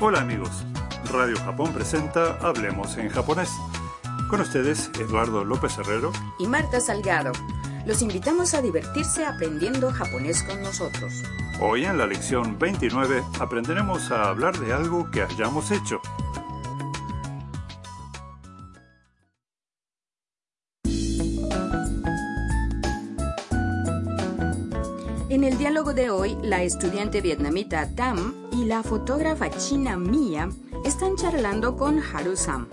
Hola amigos, Radio Japón presenta Hablemos en japonés. Con ustedes Eduardo López Herrero y Marta Salgado. Los invitamos a divertirse aprendiendo japonés con nosotros. Hoy en la lección 29 aprenderemos a hablar de algo que hayamos hecho. En el diálogo de hoy, la estudiante vietnamita Tam y la fotógrafa china Mia están charlando con Haru-sam.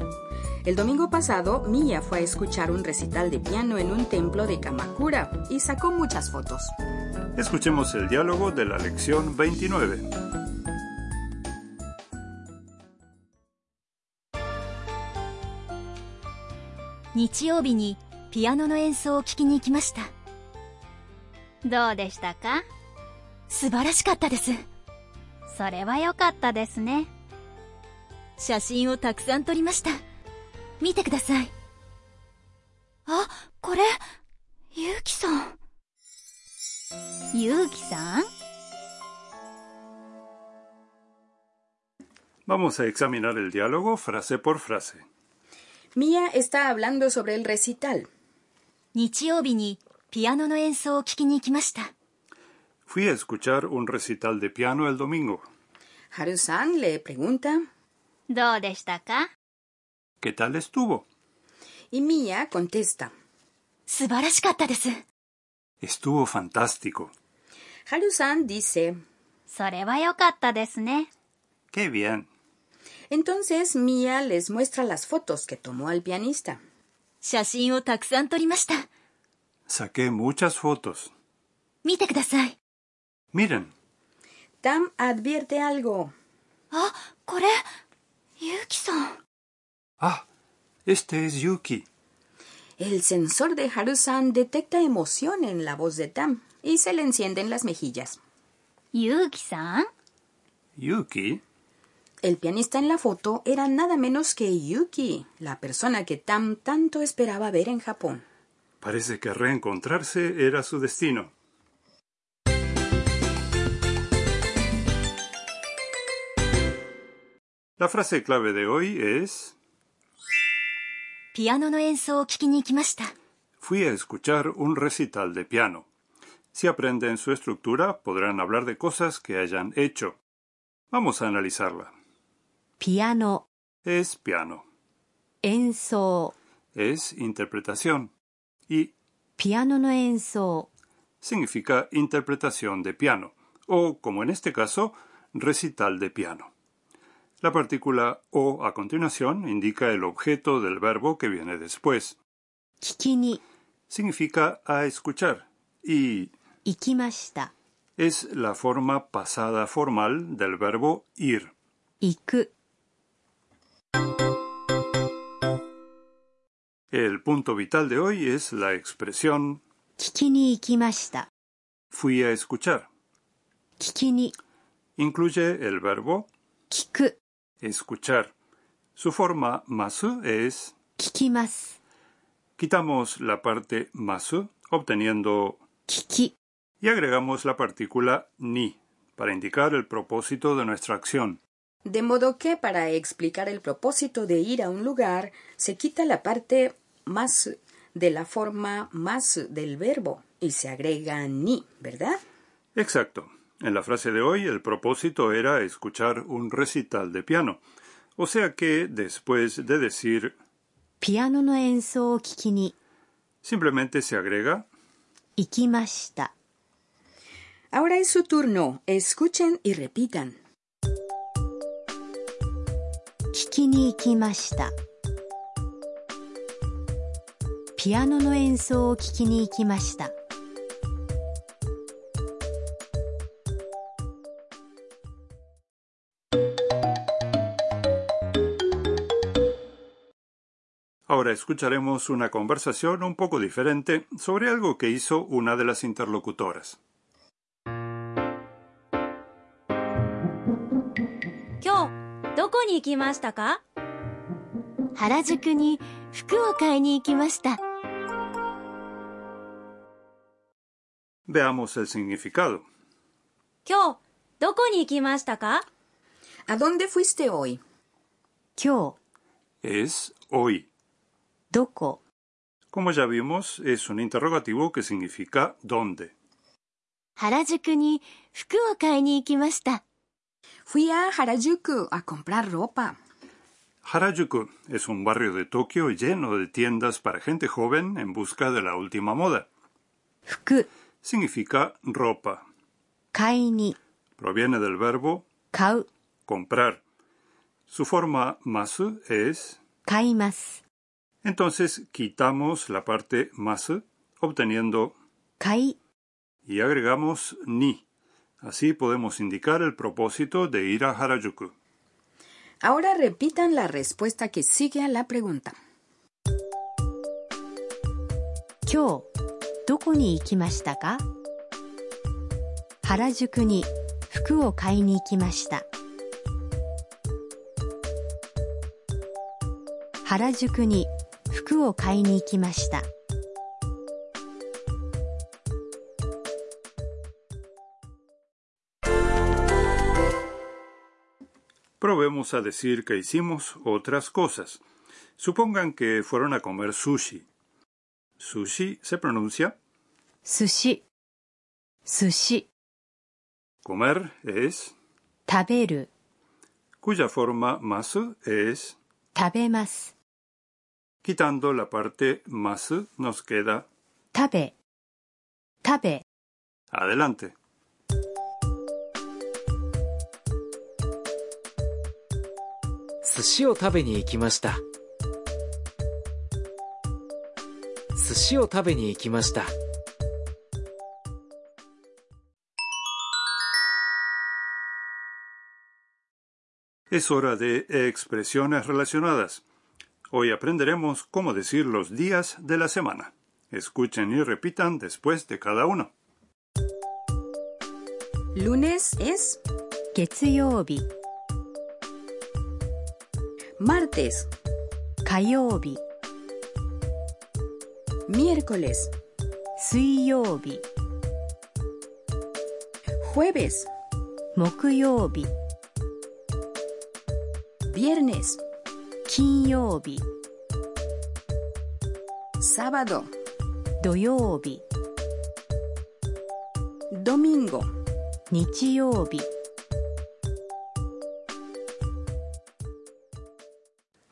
El domingo pasado, Mia fue a escuchar un recital de piano en un templo de Kamakura y sacó muchas fotos. Escuchemos el diálogo de la lección 29. 日曜日にピアノの演奏を聴きに行きましたどうでしたか素晴らしかったですそれは良かったですね写真をたくさん撮りました見てくださいあこれゆうきさんゆうきさん Vamos a examinar el diálogo frase por frase. Mia está hablando sobre el recital. 日曜日にピアノの演奏を聴きに行きました Fui a escuchar un recital de piano el domingo. Haru-san le pregunta どうでしたか ¿Qué tal estuvo? y Mia contesta. 素晴らしかったです Estuvo fantástico. Haru-san dice. それは良かったですね Qué bien. Entonces Mia les muestra las fotos que tomó al pianista. 写真をたくさん撮りました Saqué muchas fotos. 見てください Miren, Tam advierte algo. あこれゆうきさん ah, este es Yuki. El sensor de Haru-san detecta emoción en la voz de Tam y se le encienden las mejillas. ゆうきさん ¿Yuki? El pianista en la foto era nada menos que Yuki, la persona que Tam tanto esperaba ver en Japón. Parece que reencontrarse era su destino. La frase clave de hoy es ピアノの演奏を聴きに行きました Fui a escuchar un recital de piano. Si aprenden su estructura, podrán hablar de cosas que hayan hecho. Vamos a analizarla. ピアノ Es piano, 演奏 es interpretación y ピアノの演奏 significa interpretación de piano, o, como en este caso, recital de piano. La partícula o a continuación indica el objeto del verbo que viene después. 聞きに Significa a escuchar y 行きました es la forma pasada formal del verbo ir. 行く El punto vital de hoy es la expresión 聞きに行きました fui a escuchar. 聞きに Incluye el verbo 聞く escuchar. Su forma masu es 聞きます Quitamos la parte masu, obteniendo 聞き y agregamos la partícula ni para indicar el propósito de nuestra acción. De modo que para explicar el propósito de ir a un lugar, se quita la parte más de la forma más del verbo y se agrega ni, ¿verdad? Exacto. En la frase de hoy el propósito era escuchar un recital de piano. O sea que después de decir ピアノの演奏を聞きに simplemente se agrega 行きました Ahora es su turno. Escuchen y repitan. 聞きに行きましたピアノの演奏を聞きに行きました Ahora escucharemos una conversación un poco diferente sobre algo que hizo una de las interlocutoras. 今日どこに行きましたか原宿に服を買いに行きました Veamos el significado. 今日どこに行きましたか ¿A dónde fuiste hoy? 今日、 Es hoy. どこ、 Como ya vimos, es un interrogativo que significa dónde. 原宿に服を買いに行きました。 Fui a Harajuku a comprar ropa. Harajuku es un barrio de Tokio lleno de tiendas para gente joven en busca de la última moda. 服、 Significa ropa. 買いに、 Proviene del verbo 買う、 comprar. Su forma masu es 買います。 Entonces quitamos la parte más obteniendo 買い、 y agregamos ni. Así podemos indicar el propósito de ir a Harajuku. Ahora repitan la respuesta que sigue a la pregunta. 今日、どこに行きましたか原宿に服を買いに行きました。原宿に服を買いに行きました。 Probemos a decir que hicimos otras cosas. Supongan que fueron a comer sushi. Sushi se pronuncia 寿司、寿司、 comer es, 食べる、 cuya forma más es, 食べます。 quitando la parte más nos queda 食べ、食べ、 adelante. 寿司を食べに行きました寿司を食べに行きました Es hora de expresiones relacionadas. Hoy aprenderemos cómo decir los días de la semana. Escuchen y repitan después de cada uno. Lunes es 月曜日、 martes, 火曜日、 miércoles, 水曜日、 jueves, 木曜日、 viernes, 金曜日、 sábado, 土曜日、 domingo. 日曜日、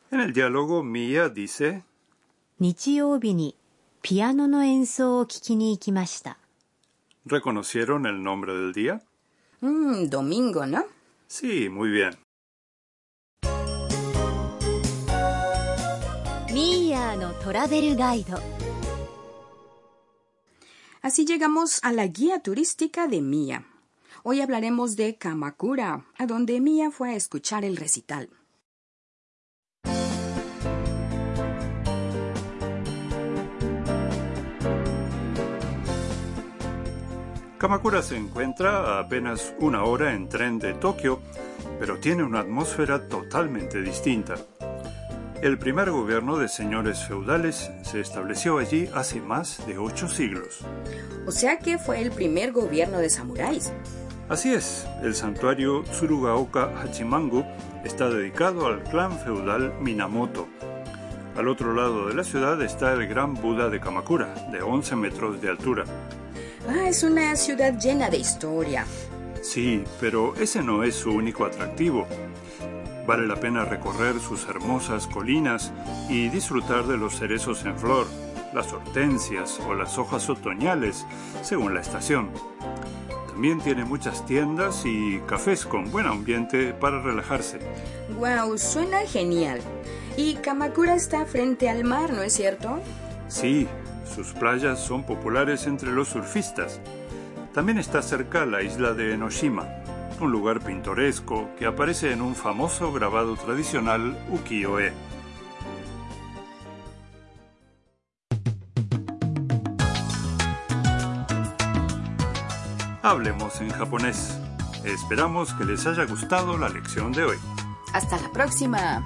En el diálogo, Mia dice, 日曜日にピアノの演奏を聞きに行きました。 ¿reconocieron el nombre del día? Mm, domingo, ¿no? Sí, muy bien. ミーヤーのトラベルガイド。 Así llegamos a la guía turística de Mía. Hoy hablaremos de Kamakura, a donde Mía fue a escuchar el recital. Kamakura se encuentra a apenas una hora en tren de Tokio, pero tiene una atmósfera totalmente distinta. El primer gobierno de señores feudales se estableció allí hace más de ocho siglos. O sea que fue el primer gobierno de samuráis. Así es, el santuario Tsurugaoka Hachimangu está dedicado al clan feudal Minamoto. Al otro lado de la ciudad está el gran Buda de Kamakura, de 11 metros de altura. Ah, es una ciudad llena de historia. Sí, pero ese no es su único atractivo. Vale la pena recorrer sus hermosas colinas y disfrutar de los cerezos en flor, las hortensias o las hojas otoñales, según la estación. También tiene muchas tiendas y cafés con buen ambiente para relajarse. Wow, suena genial. Y Kamakura está frente al mar, ¿no es cierto? Sí, sus playas son populares entre los surfistas. También está cerca la isla de Enoshima, un lugar pintoresco que aparece en un famoso grabado tradicional ukiyo-e. Hablemos en japonés. Esperamos que les haya gustado la lección de hoy. Hasta la próxima.